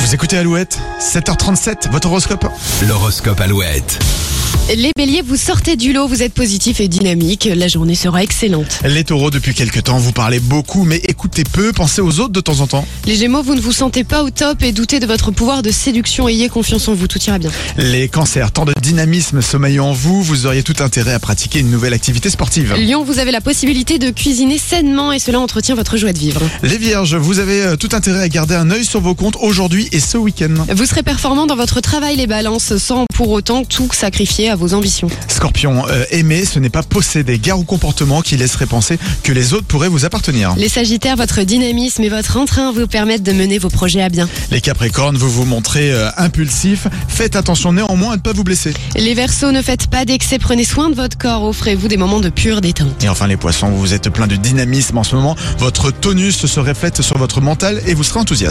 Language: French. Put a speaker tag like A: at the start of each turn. A: Vous écoutez Alouette, 7h37, votre horoscope
B: L'horoscope Alouette.
C: Les béliers, vous sortez du lot, vous êtes positif et dynamique, la journée sera excellente.
A: Les taureaux, depuis quelques temps, vous parlez beaucoup, mais écoutez peu, pensez aux autres de temps en temps.
C: Les gémeaux, vous ne vous sentez pas au top et doutez de votre pouvoir de séduction, ayez confiance en vous, tout ira bien.
A: Les cancers, tant de dynamisme sommeille en vous, vous auriez tout intérêt à pratiquer une nouvelle activité sportive.
C: Lyon, vous avez la possibilité de cuisiner sainement et cela entretient votre joie de vivre.
A: Les vierges, vous avez euh, tout intérêt à garder un œil sur vos comptes aujourd'hui et ce week-end.
C: Vous serez performant dans votre travail, les balances, sans pour autant tout sacrifier à vos ambitions.
A: Scorpion, euh, aimer, ce n'est pas posséder, gare au comportement qui laisserait penser que les autres pourraient vous appartenir.
C: Les sagittaires, votre dynamisme et votre entrain vous permettent de mener vos projets à bien.
A: Les capricornes, vous vous montrez euh, impulsif, faites attention néanmoins à ne pas vous blesser.
C: Les versos, ne faites pas d'excès, prenez soin de votre corps, offrez-vous des moments de pure détente.
A: Et enfin les poissons, vous êtes plein de dynamisme en ce moment, votre tonus se reflète sur votre mental et vous serez enthousiaste.